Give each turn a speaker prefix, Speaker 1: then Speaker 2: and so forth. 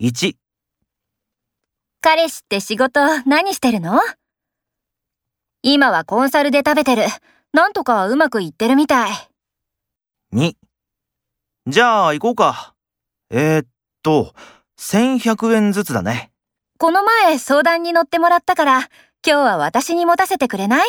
Speaker 1: 1、
Speaker 2: 彼氏って仕事何してるの今はコンサルで食べてる。なんとかうまくいってるみたい。
Speaker 1: 2。じゃあ行こうか。えー、っと、1100円ずつだね。
Speaker 2: この前相談に乗ってもらったから、今日は私に持たせてくれない